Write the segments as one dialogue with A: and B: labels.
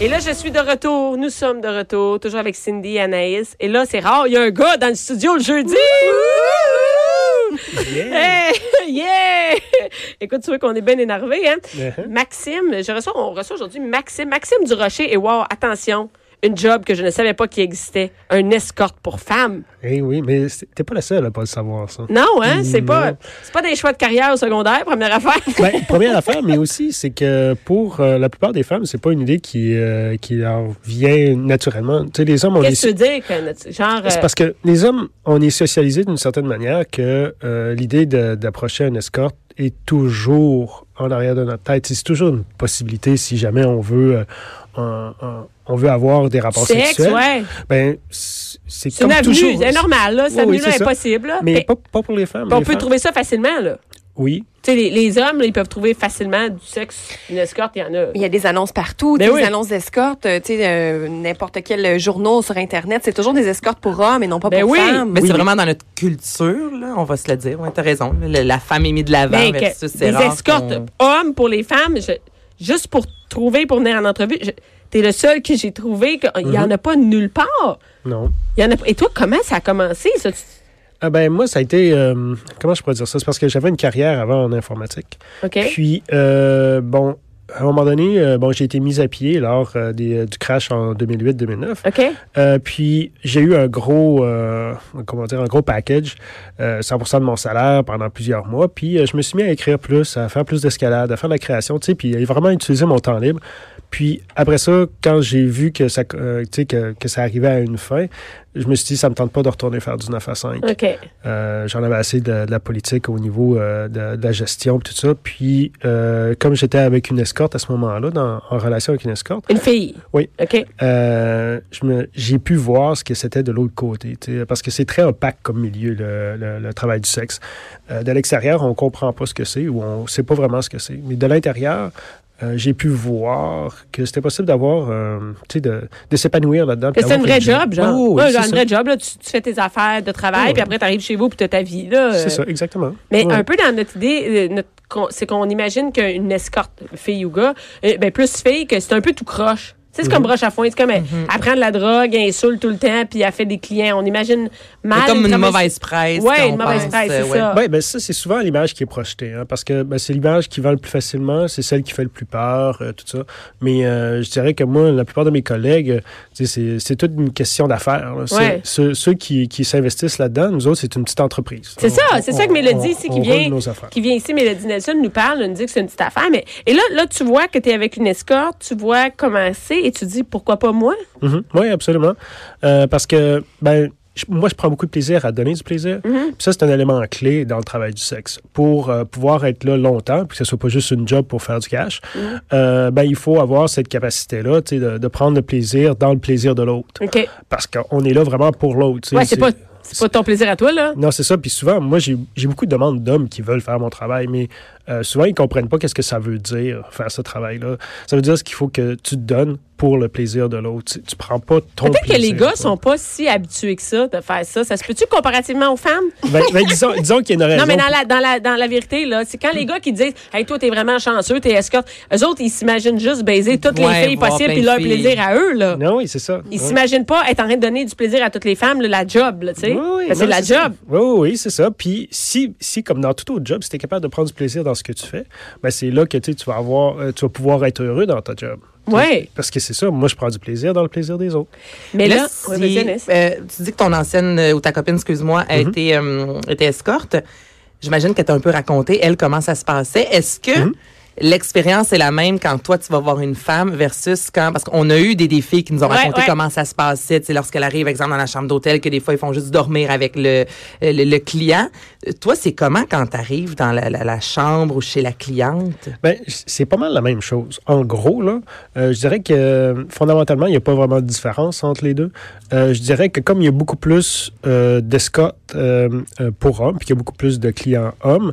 A: Et là, je suis de retour. Nous sommes de retour, toujours avec Cindy et Anaïs. Et là, c'est rare, il y a un gars dans le studio le jeudi. Hey, yeah! Écoute, tu vois qu'on est bien énervé, hein? Maxime, je reçois, on reçoit aujourd'hui Maxime, Maxime Durocher. Et wow, attention, une job que je ne savais pas qui existait, un escorte pour femmes.
B: Eh oui, mais c'est- t'es pas la seule à pas le savoir, ça.
A: Non, hein? C'est pas,
B: Mm, Non.
A: c'est pas des choix de carrière au secondaire, première affaire.
B: Ben, première affaire, mais aussi, c'est que pour euh, la plupart des femmes, c'est pas une idée qui, euh, qui leur vient naturellement. Tu sais, les hommes, on est...
A: Qu'est-ce que tu veux dire? que notre- genre, euh,
B: C'est parce que les hommes, on est socialisés d'une certaine manière que euh, l'idée de- d'approcher une escorte est toujours en arrière de notre tête. C'est toujours une possibilité si jamais on veut, euh, un- un- on veut avoir des rapports
A: euh, sexe,
B: sexuels.
A: ouais.
B: Ben, c'est c'est
A: C'est une
B: comme
A: avenue, Eh
B: toujours.
A: c'est normal, là. Cette
B: Oui, oui,
A: avenue-là
B: c'est
A: est
B: ça.
A: possible, là.
B: Mais
A: Mais-
B: pas, pas pour les femmes.
A: puis on
B: les
A: peut
B: femmes-
A: trouver ça facilement, là.
B: Oui.
A: Tu sais, les, les hommes, là, ils peuvent trouver facilement du sexe, une escorte, il y en a.
C: Il y a des annonces partout,
A: Ben
C: des
A: oui.
C: annonces d'escorte, euh, tu sais, euh, n'importe quel euh, journaux sur Internet, c'est toujours des escortes pour hommes et non pas
A: Ben
C: pour
A: oui.
C: femmes.
D: Mais
B: Oui,
D: c'est
B: mais-
D: vraiment dans notre culture, là, on va se le dire. Ouais, T'as raison. là, la- la femme est mise de l'avant
A: Ben, que
D: versus c'est
A: des
D: rare
A: escortes
D: qu'on-
A: hommes pour les femmes, je- juste pour trouver, pour venir en entrevue, je- t'es le seul que j'ai trouvé, qu'il n'y
B: Mm-hmm.
A: en a pas nulle part.
B: Non.
A: Il y en a, et toi, comment ça a commencé? Ça? Tu-
B: Ah ben moi, ça a été... euh, comment je pourrais dire ça? C'est parce que j'avais une carrière avant en informatique.
A: OK.
B: Puis, euh, bon, à un moment donné, euh, bon, j'ai été mise à pied lors euh, des- du crash en 2008-2009.
A: OK.
B: Euh, puis j'ai eu un gros, euh, comment dire, un gros package, euh, 100% de mon salaire pendant plusieurs mois. Puis euh, je me suis mis à écrire plus, à faire plus d'escalade, à faire de la création, tu sais, puis à vraiment utiliser mon temps libre. Puis après ça, quand j'ai vu que ça, euh, tu sais, que, que ça arrivait à une fin, je me suis dit, ça me tente pas de retourner faire du 9 à 5.
A: OK.
B: Euh, J'en avais assez de, de la politique au niveau euh, de, de la gestion, puis tout ça. Puis euh, comme j'étais avec une escorte à ce moment-là, dans- en relation avec une escorte,
A: Une fille.
B: Oui.
A: OK.
B: euh, je me- j'ai pu voir ce que c'était de l'autre côté, tu sais, parce que c'est très opaque comme milieu, le, le- le travail du sexe. Euh, de l'extérieur, on comprend pas ce que c'est ou on sait pas vraiment ce que c'est. Mais de l'intérieur, euh, j'ai pu voir que c'était possible d'avoir, euh, tu sais, de, de s'épanouir là-dedans.
A: Que
B: puis
A: c'est un
B: d'avoir
A: vrai
B: une vie.
A: job, genre.
B: Ouais, ouais,
A: Ouais,
B: Oh, c'est
A: genre, un
B: ça.
A: vrai job, là, tu, tu fais tes affaires de travail,
B: Ouais.
A: puis après, tu arrives chez vous, puis tu as ta vie, là. euh,
B: C'est ça, exactement.
A: Mais
B: Ouais.
A: un peu dans notre idée, euh, notre con- c'est qu'on imagine qu'une escorte, fille ou gars, euh, ben plus fille, que c'est un peu tout croche. Tu sais, c'est comme broche à foin. C'est comme elle, elle prend de la drogue, elle insulte tout le temps, puis elle fait des clients. On imagine mal.
D: C'est comme une
A: travaille-
D: mauvaise presse.
A: Ouais,
D: qu'on
A: une mauvaise
D: pense,
A: presse,
D: euh,
A: c'est
D: ouais.
A: ça.
B: Oui, ben ça, c'est souvent l'image qui est projetée, hein, parce que ben, c'est l'image qui va le plus facilement, c'est celle qui fait le plus peur, euh, tout ça. Mais euh, je dirais que moi, la plupart de mes collègues, euh, tu sais, c'est c'est toute une question d'affaires. là. C'est-
A: Ouais.
B: Ceux, ceux qui, qui s'investissent là-dedans, nous autres, c'est une petite entreprise.
A: C'est ça,
B: On-
A: c'est ça
B: on-
A: que Mélodie,
B: on-
A: c'est
B: on
A: qui
B: roule
A: vient-
B: nos affaires.
A: Qui vient ici, Mélodie Nelson nous parle, elle nous dit que c'est une petite affaire. Mais, et là, là, tu vois que tu es avec une escorte, tu vois comment c'est, et tu dis pourquoi pas moi?
B: Mhm. Oui, absolument. Euh, parce que, ben, je- moi, je prends beaucoup de plaisir à donner du
A: Mhm.
B: plaisir. Puis ça, c'est un élément clé dans le travail du sexe. Pour euh, pouvoir être là longtemps, puis que ce soit pas juste une job pour faire du cash,
A: Mhm.
B: euh, ben, il faut avoir cette capacité-là, tu sais, de, de prendre le plaisir dans le plaisir de l'autre.
A: OK.
B: Parce qu'on est là vraiment pour l'autre. Ah, tu sais.
A: Ouais, c'est pas, c'est pas ton plaisir à toi, là.
B: Non, c'est ça. Puis souvent, moi, j'ai j'ai beaucoup de demandes d'hommes qui veulent faire mon travail, mais euh, souvent, ils comprennent pas qu'est-ce que ça veut dire, faire ce travail-là. Ça veut dire ce qu'il faut que tu te donnes pour le plaisir de l'autre. Tu, tu prends pas ton
A: Peut-être que les
B: plaisir,
A: gars
B: quoi.
A: sont pas si habitués que ça de faire ça. Ça se peut-tu comparativement aux femmes?
B: Ben, ben, disons disons qu'il y en aurait
A: Non, mais dans la, dans la, dans la vérité, là, c'est quand les gars qui disent Hey, toi, t'es vraiment chanceux, t'es escorte, eux autres, ils s'imaginent juste baiser toutes
D: Ouais,
A: les filles
D: voir
A: possibles
D: plein
A: puis
D: de
A: leur
D: filles.
A: plaisir à eux, là.
B: Non, oui, c'est ça.
A: Ils
B: Ouais.
A: s'imaginent pas être en train de donner du plaisir à toutes les femmes, là, la job, là, tu sais.
B: Oui, oui,
A: Parce que
B: non,
A: c'est la
B: ça.
A: job.
B: Oui, oui, oui, c'est ça. Puis si, si, comme dans tout autre job, si tu es capable de prendre du plaisir dans ce que tu fais, ben c'est là que tu sais, tu vas avoir, euh, tu vas pouvoir être heureux dans ta job.
A: Ouais.
B: Parce que c'est ça, moi je prends du plaisir dans le plaisir des autres.
A: Mais
D: Et
A: là,
D: là,
A: ouais,
D: si,
A: vas-y, Anaïs.
D: euh, tu dis que ton ancienne euh, ou ta copine, excuse-moi, a
B: Mm-hmm.
D: été
B: Mm-hmm.
D: euh, était escorte. J'imagine qu'elle t'a un peu raconté elle comment ça se passait. Est-ce que l'expérience est la même quand toi, tu vas voir une femme versus quand. Parce qu'on a eu des défis qui nous ont
A: Ouais,
D: raconté
A: ouais.
D: comment ça se passait. Tu sais, lorsqu'elle arrive, exemple, dans la chambre d'hôtel, que des fois, ils font juste dormir avec le, le, le client. Euh, Toi, c'est comment quand tu arrives dans la, la- la chambre ou chez la cliente?
B: Ben, c- c'est pas mal la même chose. En gros, là, euh, je dirais que euh, fondamentalement, il n'y a pas vraiment de différence entre les deux. Euh, je dirais que comme il y a beaucoup plus euh, d'escortes euh, euh, pour hommes, puis qu'il y a beaucoup plus de clients hommes,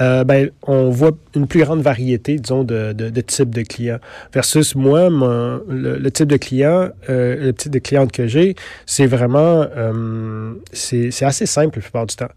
B: euh, ben, on voit une plus grande variété, disons, de, de, de types de clients. Versus moi, mon- le, le type de client, euh, le type de cliente que j'ai, c'est vraiment, euh, c'est c'est assez simple la plupart du temps.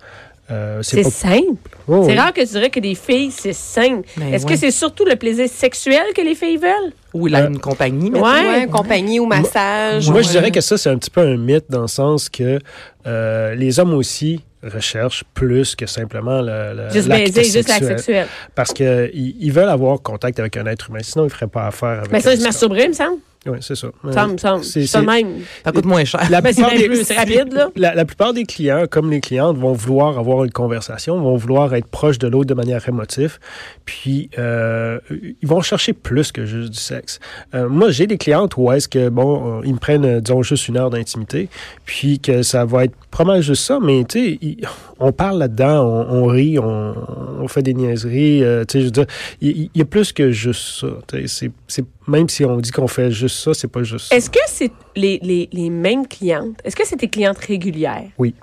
B: Euh,
A: C'est
B: pas-
A: simple.
B: Oh, oui.
A: C'est rare que tu dirais que des filles, c'est simple.
D: Ben
A: Est-ce
D: ouais.
A: que c'est surtout le plaisir sexuel que les filles veulent?
D: Ou là,
B: Euh,
D: une compagnie,
A: Ouais.
D: mettons?
C: Ouais, compagnie ou
A: Euh,
C: massage.
B: Moi, je
C: ouais.
B: dirais que ça, c'est un petit peu un mythe dans le sens que euh, les hommes aussi recherchent plus que simplement le, le-
A: Juste
B: Euh, l'acte
A: baiser, juste l'acte
B: sexuel.
A: sexuel.
B: Parce qu'ils ils veulent avoir contact avec un être humain, sinon ils ne feraient pas affaire avec
A: Mais ça,
B: un
A: je
B: escorte.
A: masturberais, il me semble.
B: Oui, c'est ça. Euh,
A: Ça me semble.
B: c'est-
A: Ça
B: c'est-
A: même.
D: Ça coûte moins cher.
B: La
A: Ben, c'est
B: plupart,
A: bien
B: des,
A: plus rapide, là.
B: la, la plupart des clients, comme les clientes, vont vouloir avoir une conversation, vont vouloir être proches de l'autre de manière émotive, puis euh, ils vont chercher plus que juste du sexe. Euh, moi, j'ai des clientes où est-ce que, bon, euh, ils me prennent, euh, disons, juste une heure d'intimité, puis que ça va être pas mal juste ça, mais tu sais, ils- on parle là-dedans, on, on rit, on, on fait des niaiseries, euh, tu sais, je veux dire, il il y, a plus que juste ça. tu sais, c'est- c'est- même si on dit qu'on fait juste ça, c'est pas juste ça.
A: Est-ce que c'est les, les, les mêmes clientes? Est-ce que c'est tes clientes régulières?
B: Oui.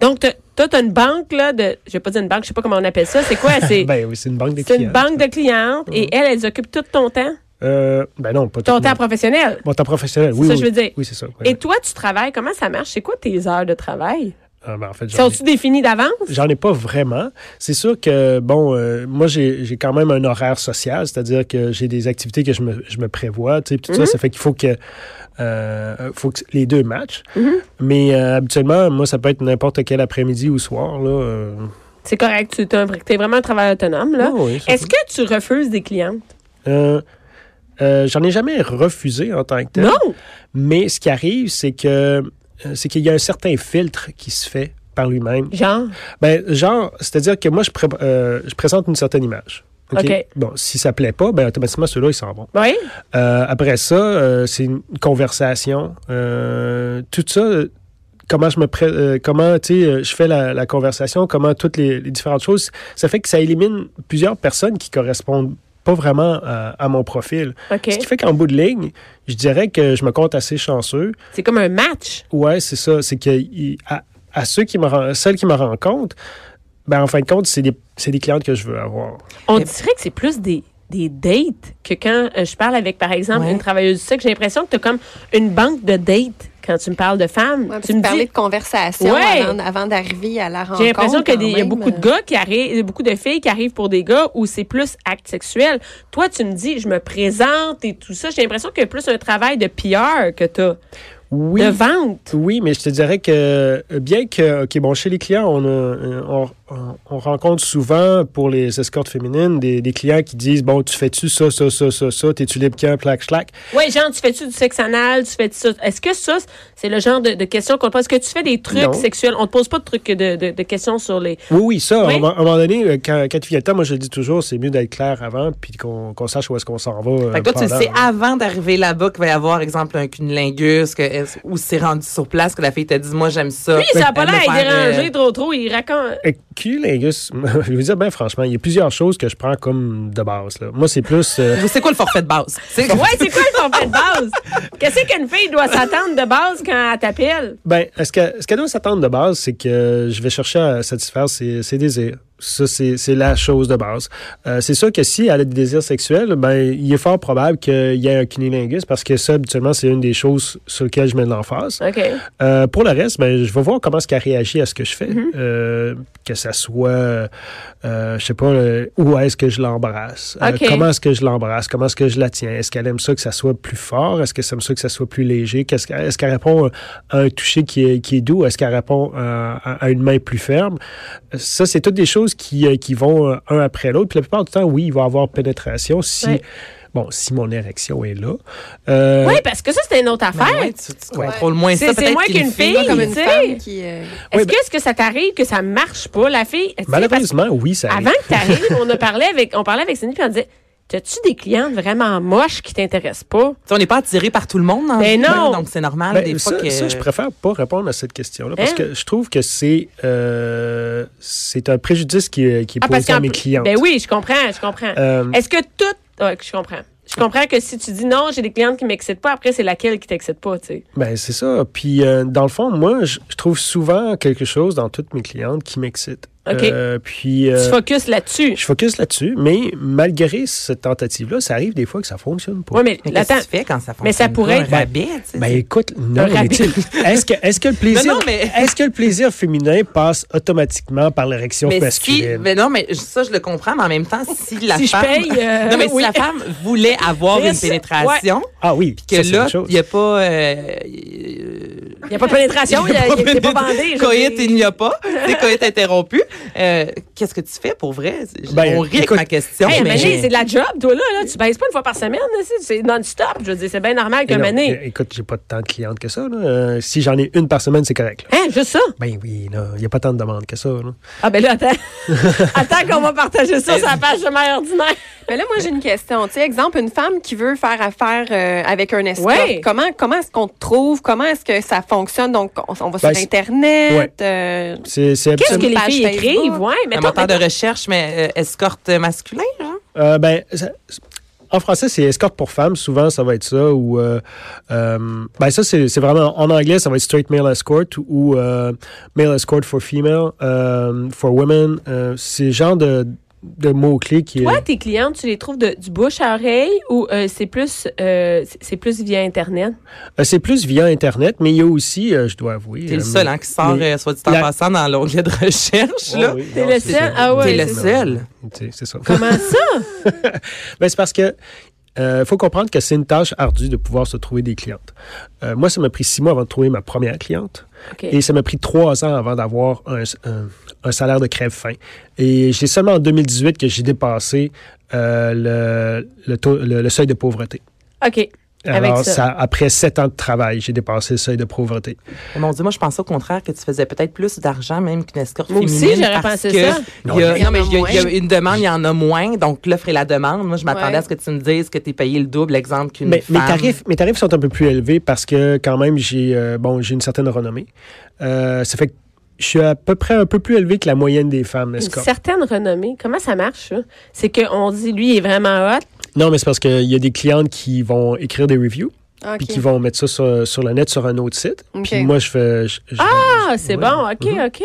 A: Donc, t'as- toi, tu as une banque, là, de. Je vais pas dire une banque, je sais pas comment on appelle ça. C'est quoi? C'est
B: Ben oui, c'est une banque des
A: c'est
B: clients.
A: une banque de clientes et elles, elles occupent tout ton temps,
B: Euh, ben non, pas
A: ton
B: tout le
A: temps
B: monde.
A: professionnel.
B: Mon temps professionnel,
A: C'est
B: oui.
A: ça
B: oui.
A: que je veux dire.
B: Oui, c'est ça. oui, oui.
A: Et toi, tu travailles, comment ça marche? C'est quoi tes heures de travail?
B: Ah, ben, en fait, j'en ai-
A: Sont-tu définies d'avance?
B: J'en ai pas vraiment. C'est sûr que, bon, euh, moi, j'ai j'ai quand même un horaire social, c'est-à-dire que j'ai des activités que je me, je me prévois, tu sais, puis tout
A: Mm-hmm.
B: ça. Ça fait qu'il faut que, euh, faut que les deux matchent.
A: Mm-hmm.
B: Mais euh, habituellement, moi, ça peut être n'importe quel après-midi ou soir, là. euh.
A: C'est correct, tu es vraiment un travail autonome, là.
B: Ah oui, ça
A: Est-ce que tu refuses des clientes?
B: peut. Euh, euh, J'en ai jamais refusé en tant que tel.
A: Non!
B: Mais ce qui arrive, c'est que euh, c'est qu'il y a un certain filtre qui se fait par lui-même.
A: Genre,
B: Ben, genre, c'est-à-dire que moi, je, pré- euh, je présente une certaine image.
A: OK.
B: Bon, si ça plaît pas, ben automatiquement, ceux-là, ils s'en vont.
A: oui?
B: Euh, après ça, euh, c'est une conversation. Euh, tout ça, euh, comment je me pré- euh, comment tu sais, euh, je fais la, la conversation, comment toutes les, les différentes choses, ça fait que ça élimine plusieurs personnes qui correspondent pas vraiment à, à mon profil.
A: OK.
B: Ce qui fait qu'en bout de ligne, je dirais que je me compte assez chanceux.
A: C'est comme un match.
B: Ouais, c'est ça. C'est que il- à, à ceux qui me ren- celles qui me rencontrent, ben en fin de compte, c'est des, c'est des clientes que je veux avoir.
A: On
D: Et-
A: dirait que c'est plus des, des dates que quand euh, je parle avec, par exemple,
D: Ouais.
A: une travailleuse du sexe. J'ai l'impression que tu as comme une banque de dates quand tu me parles de femmes.
C: Ouais, parce
A: tu
C: que
A: me
C: parler
A: dis.
C: de conversation
A: Ouais.
C: avant, avant d'arriver à la rencontre.
A: J'ai l'impression
C: quand
A: qu'il y a des- il y a
C: même. euh.
A: beaucoup de gars qui arrivent, beaucoup de filles qui arrivent pour des gars où c'est plus acte sexuel. Toi, tu me dis, je me présente et tout ça. J'ai l'impression qu'il y a plus un travail de PR que tu as,
B: Oui.
A: de vente.
B: Oui, mais je te dirais que euh, bien que, OK, bon, chez les clients, on, a, euh, on, on- on rencontre souvent pour les escortes féminines des, des clients qui disent, bon, tu fais-tu ça, ça, ça, ça, ça, t'es-tu libre qu'un, plaque, schlac.
A: Ouais, genre, tu fais-tu du sexe anal, tu fais ça. Est-ce que ça, c'est le genre de, de questions qu'on te pose? Est-ce que tu fais des trucs
B: Non.
A: sexuels? On te pose pas de trucs de, de- de questions sur les.
B: Oui, oui, ça,
A: Oui.
B: à un moment- à un moment donné, euh, quand, quand il vient le temps, moi, je le dis toujours, c'est mieux d'être clair avant, puis qu'on qu'on sache où est-ce qu'on s'en va. euh,
D: Fait que toi, tu le
B: pendant,
D: sais
B: hein.
D: avant d'arriver là-bas qu'il va y avoir, exemple, un cunilingus, que, est-ce- ou c'est rendu sur place que la fille t'a dit, moi, j'aime ça.
A: Lui, ça a pas
D: Euh, me
A: l'air
D: faire, euh,
A: dérangé trop trop. Il raconte.
B: Euh, Cunilingus, je veux dire, ben franchement, il y a plusieurs choses que je prends comme de base. là. Moi, c'est plus. euh,
D: C'est quoi le forfait de base? C'est
A: Ouais, c'est quoi le forfait de base? Qu'est-ce qu'une fille doit s'attendre de base quand elle t'appelle?
B: ben, ce que- ce qu'elle doit s'attendre de base, c'est que je vais chercher à satisfaire ses, ses désirs. Ça, c'est c'est la chose de base. Euh, c'est sûr que si elle a des désirs sexuels, ben, il est fort probable qu'il y ait un cunilingus parce que ça, habituellement, c'est une des choses sur lesquelles je mets de l'emphase.
A: OK.
B: Euh, pour le reste, ben, je vais voir comment est-ce qu'elle réagit à ce que je fais.
A: Mm-hmm.
B: Euh, que ça soit, euh, euh, je sais pas, euh, où est-ce que je l'embrasse? Euh,
A: OK.
B: comment est-ce que je l'embrasse? Comment est-ce que je la tiens? Est-ce qu'elle aime ça que ça soit plus fort? Est-ce que ça aime ça que ça soit plus léger? Qu'est-ce que- est-ce qu'elle répond à un toucher qui est, qui est doux? Est-ce qu'elle répond euh, à, à une main plus ferme? Ça, c'est toutes des choses qui, euh, qui vont euh, un après l'autre. Puis la plupart du temps, oui, il va y avoir pénétration si,
A: Ouais.
B: bon, si mon érection est là. Euh,
A: Oui, parce que ça, c'est une autre
D: Ben
A: affaire.
D: ouais, tu, tu contrôles moins
A: C'est-
D: ça.
A: c'est
D: peut-être
A: moins
D: qu'une
A: qu'une
C: Pas
A: fille.
C: comme une
A: tu sais.
C: femme qui. euh,
A: Est-ce
B: Oui,
A: que, est-ce que ça t'arrive que ça marche pas, la fille? Tu sais, parce que
B: Malheureusement, oui, ça arrive.
A: Avant que t'arrives, on a parlé avec, on parlait avec Cindy puis on disait, T'as-tu des clientes vraiment moches qui t'intéressent pas?
D: Tu sais, on n'est pas attiré par tout le monde. dans
A: Ben
D: le film,
A: non.
D: Donc, c'est normal
B: Ben,
D: des
B: ça,
D: fois que...
B: ça, je préfère pas répondre à cette question-là parce
A: Hein?
B: que je trouve que c'est euh, c'est un préjudice qui, est- qui est
A: Ah, parce
B: posé à
A: qu'en
B: mes
A: plus-
B: clients.
A: Ben oui, je comprends, je comprends.
B: Euh,
A: Est-ce que toutes. Ouais, je comprends. Je comprends que si tu dis non, j'ai des clientes qui m'excitent pas, après, c'est laquelle qui t'excite pas, tu sais.
B: Ben, c'est ça. Puis, euh, dans le fond, moi, je je trouve souvent quelque chose dans toutes mes clientes qui m'excite.
A: OK.
B: Euh, puis, euh,
A: Tu focuses là-dessus.
B: je focus là-dessus, mais malgré cette tentative-là, ça arrive des fois que ça fonctionne pas.
A: Oui, mais,
D: Mais qu'est-ce
A: attends.
D: que tu fais quand ça fonctionne
A: Mais ça pourrait
D: pas,
A: être-
D: un rabais, tu sais?
B: Ben écoute, non,
A: Un
B: mais
A: rabais.
B: tu- est-ce que, est-ce que le plaisir,
D: Non, non, mais-
B: est-ce que le plaisir féminin passe automatiquement par l'érection
D: mais si,
B: masculine
D: mais non, mais ça, je le comprends, mais en même temps, si la
A: Si je
D: femme.
A: paye, euh,
D: non, mais
A: oui.
D: si la femme voulait avoir
A: Mais
D: une
A: ça-
D: pénétration,
B: Ah oui,
D: que
B: ça, c'est
D: là,
B: une chose.
D: il n'y a pas. euh, y-
A: Il n'y a pas de pénétration, il n'y a, il y a- t'es pas bandé. je
D: Coït,
A: dis-
D: il n'y a pas. C'est coït interrompu. Euh, Qu'est-ce que tu fais pour vrai? Je-
B: Ben,
D: On rit avec
B: écoute-
D: ma question.
A: Hey,
D: mais-
A: Mané, c'est de la job, toi, là. là. Tu baises pas une fois par semaine, là, c'est- c'est non-stop. Je veux dire, c'est bien normal
B: Mais
A: qu'un
B: non,
A: mané.
B: é- Écoute, j'ai pas tant de clientes que ça. là. Euh, si j'en ai une par semaine, c'est correct. là.
A: Hein, juste ça?
B: Ben oui, il n'y a pas tant de demandes que ça. là.
A: Ah, ben là, attends. attends qu'on va partager ça sur la page de Mère ordinaire.
C: Mais Ben là, moi, j'ai une question. Tu sais, exemple, une femme qui veut faire affaire euh, avec un escorte,
A: Ouais.
C: comment, comment est-ce qu'on te trouve? Comment est-ce que ça fonctionne? Donc, on, on
B: Ben,
C: va sur
B: c'est-
C: Internet.
B: ouais.
C: euh,
B: C'est, c'est
A: Qu'est-ce
B: absolument-
A: que les
C: page
A: filles
C: Facebook.
A: écrivent? Ouais, mais
D: un moteur de recherche, mais euh, escorte masculin, genre?
B: Euh, ben, ça- en français, c'est escorte pour femmes. Souvent, ça va être ça. Ou, euh, euh, ben, ça, c'est c'est vraiment en anglais, ça va être straight male escort ou euh, male escort for female, euh, for women. Euh, c'est le genre de, de mots-clés qui.
A: Toi, tes clientes, tu les trouves de- du bouche à oreille ou euh, c'est plus euh, c'est- c'est plus via Internet?
B: Euh, c'est plus via Internet, mais il y a aussi, euh, je dois avouer.
D: T'es
B: euh,
D: le seul hein, qui sort,
B: mais-
D: euh, soit dit en
B: la-
D: passant, dans l'onglet de recherche,
B: Oh,
D: là.
B: oui,
A: T'es
B: non,
A: le
B: c'est
A: seul?
B: ça.
A: Ah ouais,
D: T'es le c'est ça. seul.
B: Tu sais, C'est ça.
A: Comment ça?
B: Ben, c'est parce que euh, faut comprendre que c'est une tâche ardue de pouvoir se trouver des clientes. Euh, moi, ça m'a pris six mois avant de trouver ma première cliente.
A: OK.
B: Et ça m'a pris trois ans avant d'avoir un, un- un salaire de crève fin. Et c'est seulement en 2018 que j'ai dépassé euh, le, le taux- le- le seuil de pauvreté.
A: OK. Avec
B: Alors,
A: ça.
B: après sept ans de travail, j'ai dépassé le seuil de pauvreté.
D: Mon Dieu, moi, je pensais au contraire que tu faisais peut-être plus d'argent même qu'une escorte
A: Moi aussi,
D: féminine.
A: j'aurais
D: parce
A: pensé
D: que
A: ça.
D: il y a-
C: Il y
D: non,
C: en
D: mais
C: a
D: il y, a- il y a
C: moins.
D: une demande, il y en a moins. Donc, l'offre et la demande. Moi, je m'attendais
C: Ouais.
D: à ce que tu me dises que tu es payé le double, exemple, qu'une
B: Mais mes
D: femme.
B: tarifs, mes tarifs sont un peu plus élevés parce que quand même j'ai euh, bon j'ai une certaine renommée. Euh, ça fait que je suis à peu près un peu plus élevé que la moyenne des femmes,
A: Une
B: n'est-ce pas?
A: certaine renommée. Comment ça marche, ça? C'est qu'on dit, lui, il est vraiment hot.
B: Non, mais c'est parce qu'il y a des clientes qui vont écrire des reviews
C: OK.
B: puis qui vont mettre ça sur, sur le net sur un autre site.
C: OK.
B: Puis moi je fais je- je-
A: Ah, c'est
B: Ouais.
A: bon. OK,
B: Mhm.
A: OK.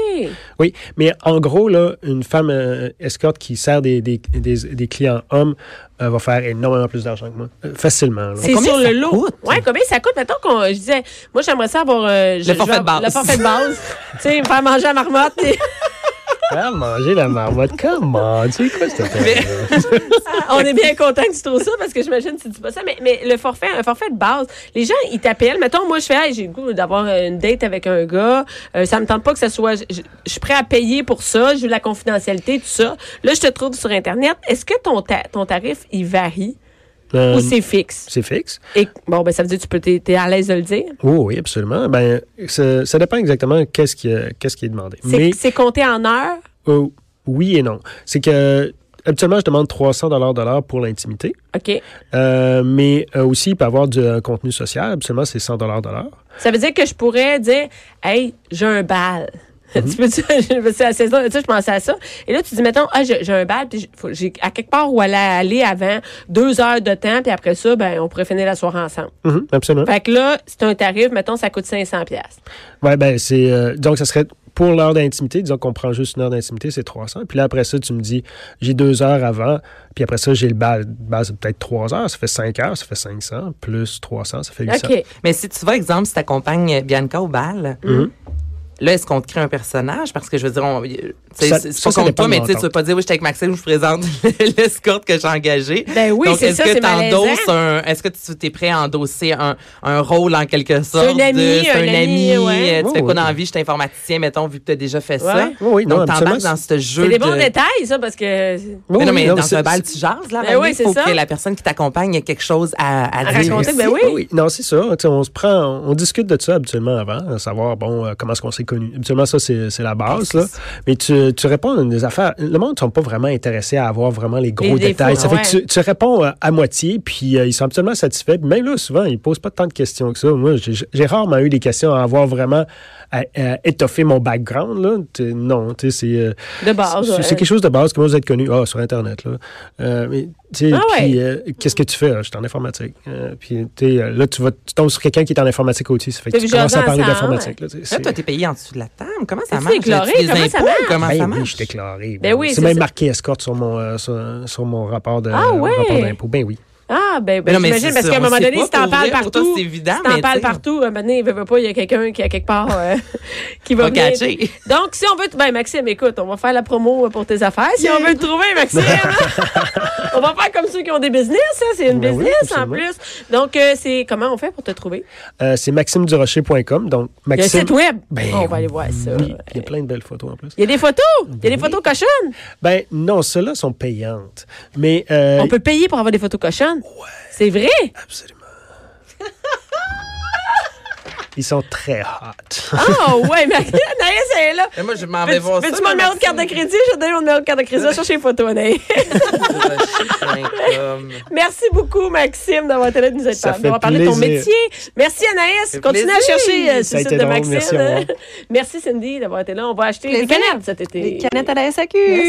B: Oui, mais en gros, là, une femme euh, escorte qui sert des, des, des- des clients hommes euh, va faire énormément plus d'argent que moi. Euh, facilement. là.
A: C'est
D: combien
A: sur
D: ça
A: le lot.
D: coûte?
A: Ouais, combien ça coûte? Mettons qu'on. Je disais, moi, j'aimerais ça avoir. euh, je- je
D: forfait
A: vais-
D: de base.
A: Le forfait de base. tu sais, me faire manger à marmotte. et-
B: Ah, manger la marmotte, comment? Tu sais quoi, cette affaire-là?
A: on est bien content que tu trouves ça parce que j'imagine que tu dis pas ça. Mais, mais le forfait, un forfait de base, les gens, ils t'appellent. Mettons, moi, je fais, Hey, j'ai le goût d'avoir une date avec un gars. Euh, ça me tente pas que ça soit. je- Je je suis prêt à payer pour ça. J'ai eu la confidentialité, tout ça. Là, je te trouve sur Internet. Est-ce que ton, ta- ton tarif, il varie
B: Euh,
A: ou c'est fixe?
B: c'est fixe.
A: Et, bon, ben, ça veut dire que tu peux, t'es, t'es à l'aise de le dire.
B: Oh, oui, absolument. Ben, ça, ça dépend exactement qu'est-ce qui, euh, qu'est-ce qui est demandé.
A: C'est,
B: Mais
A: c'est compté en heures.
B: euh, oui et non. C'est que habituellement, je demande 300 dollars de l'heure pour l'intimité,
A: OK.
B: Euh, mais euh, aussi il peut y avoir du un contenu social. Absolument, c'est 100 dollars de l'heure.
A: Ça veut dire que je pourrais dire, hey, j'ai un bal.
D: Mhm.
A: tu peux tu c'est la saison, tu sais, je pensais à ça. Et là, tu dis, mettons, ah, j'ai j'ai un bal, puis j'ai- faut- j'ai à quelque part où aller, aller avant deux heures de temps, puis après ça, ben, on pourrait finir la soirée ensemble.
B: Mhm, absolument.
A: Fait que là, c'est un tarif, mettons, ça coûte 500 pièces.
B: Ouais, ben c'est euh, donc ça serait pour l'heure d'intimité. Disons qu'on prend juste une heure d'intimité, c'est 300. Puis là après ça, tu me dis j'ai deux heures avant. Puis après ça, j'ai le bal. Le bal, c'est peut-être trois heures. Ça fait cinq heures. Ça fait 500 plus 300, ça fait 800.
A: OK.
D: Mais si tu vas, exemple, si tu accompagnes Bianca au bal,
B: Mhm.
D: là, est-ce qu'on te crée un personnage? Parce que je veux dire, on, tu sais,
B: Ça-
D: c'est
B: ça,
D: pas
B: ça
D: contre
B: dépend
D: toi,
B: de
D: mais tu sais, tu
B: l'entente.
D: veux pas dire, oui, j'étais avec Maxime, je vous présente l'escorte que j'ai engagée.
A: Ben oui,
D: Donc,
A: c'est
D: est-ce
A: ça,
D: que
A: c'est
D: t'endosses
A: malaisant.
D: un- Est-ce que tu t'es prêt à endosser un, un rôle en quelque sorte?
A: un ami,
D: de- c'est
A: un ami, ouais.
D: euh, Tu
B: Oh,
D: fais quoi
B: oui.
D: dans la vie? Je suis informaticien, mettons, vu que tu as déjà fait ça.
A: Ouais.
B: Oh, oui, non,
D: Donc, t'embarques
B: absolument.
D: dans ce jeu
A: C'est des bons
D: de-
A: détails, ça, parce que.
B: Oh,
D: mais non, mais
B: oui,
D: dans
B: c'est-
D: un bal, tu jases,
A: Ben
D: là. Valérie.
A: oui, c'est
D: faut
A: ça.
D: que la personne qui t'accompagne ait quelque chose à, à,
A: À
D: dire.
A: raconter,
B: Ah
D: aussi.
A: ben oui.
B: Oui, non, c'est ça. Tu sais, on se prend, on, on discute de ça habituellement avant, à savoir bon euh, comment est-ce qu'on s'est inconnus. Habituellement, ça, c'est c'est la base. Là. Mais tu, tu réponds à des affaires. Le monde ne sont pas vraiment intéressés à avoir vraiment les gros
A: Les défauts,
B: détails. ça fait que
A: ouais.
B: tu, tu réponds euh, à moitié, puis euh, ils sont absolument satisfaits. Puis Même là, souvent, ils ne posent pas tant de questions que ça. Moi, j'ai j'ai rarement eu des questions à avoir vraiment à, à étoffer mon background. Là. Tu- Non, tu sais, c'est. euh,
A: De base,
B: c'est-
A: ouais.
B: C'est quelque chose de base. Comment vous êtes connu? Ah, sur Internet, là. Euh, mais, tu sais,
A: Ah ouais.
B: puis, euh, qu'est-ce que tu fais? Ah, Je suis en informatique. Euh, puis, tu sais, euh, là, tu, vas, tu tombes sur quelqu'un qui est en informatique aussi. Ça fait que
A: T'as
B: tu
A: vu
B: commences à
A: jaser
B: parler
A: ensemble,
B: d'informatique. là, tu sais,
D: Là,
B: c'est-
D: toi, t'es payé en dessous de la table. Comment ça
A: C'est
D: marche?
A: déclaré,
D: As-tu des
A: comment ça
D: impôts?
A: marche?
D: Comment
B: Ben
D: ça
B: oui,
D: marche?
B: je suis déclaré.
A: Ben oui,
B: c'est
A: c'est
B: même
A: ça.
B: marqué escorte sur mon, euh, sur, sur mon rapport de
A: Ah
B: euh,
A: ouais.
B: rapport d'impôt. Ben oui.
A: Ah, ben,
D: Mais
A: ben
D: non, mais
A: j'imagine,
D: c'est
A: parce
D: ça,
A: qu'à un
D: on
A: moment
D: sait
A: donné,
D: pas
A: si t'en
D: pour
A: parles
D: vrai, pour toi,
A: partout,
D: c'est évident,
A: si t'en
D: mais
A: parles
D: tu sais.
A: partout, un moment donné, il veut veut pas, il y a quelqu'un qui, à quelque part, euh, qui va
D: Pas
A: venir.
D: catché.
A: Donc, si on veut... te- Ben, Maxime, écoute, on va faire la promo euh, pour tes affaires. Si on veut te trouver, Maxime, on va faire comme ceux qui ont des business, hein, c'est une
B: Ben oui,
A: business en
B: absolument.
A: plus. Donc, euh, c'est comment on fait pour te trouver?
B: Euh, c'est maximedurocher.com. Donc,
A: Il y a un
B: Maxime.
A: site web. Oh,
B: Ben
A: on va aller voir ça.
B: oui, puis il y a plein de belles photos en plus.
A: Il y a des photos. Il y a des photos cochonnes.
B: Ben non, celles-là sont payantes. Mais euh,
A: On peut payer pour avoir des photos cochonnes. C'est vrai.
B: Absolument. Ils sont très hot.
A: Ah, ouais, mais Anaïs, elle est là.
D: Mais moi, je m'en vais
A: Veux-tu
D: voir ça.
A: veux-tu
D: là,
A: mon numéro de carte de
D: Maxime.
A: crédit? Je te donne mon numéro de carte de crédit. Va chercher les photos, Anaïs.
D: Durocher.com.
A: Merci beaucoup, Maxime, d'avoir été là de nous être
B: Ça
A: par- d'avoir
B: fait
A: parlé de ton
B: plaisir.
A: métier. Merci, Anaïs.
D: fait
A: Continue à
D: plaisir.
A: chercher euh, sur
B: Ça a
A: le site
B: été
A: de
B: drôle.
A: Maxime.
B: Merci, au revoir.
A: Merci, Cindy, d'avoir été là. On va acheter des
C: Plaisir.
A: canettes cet été.
C: Les canettes à la SAQ.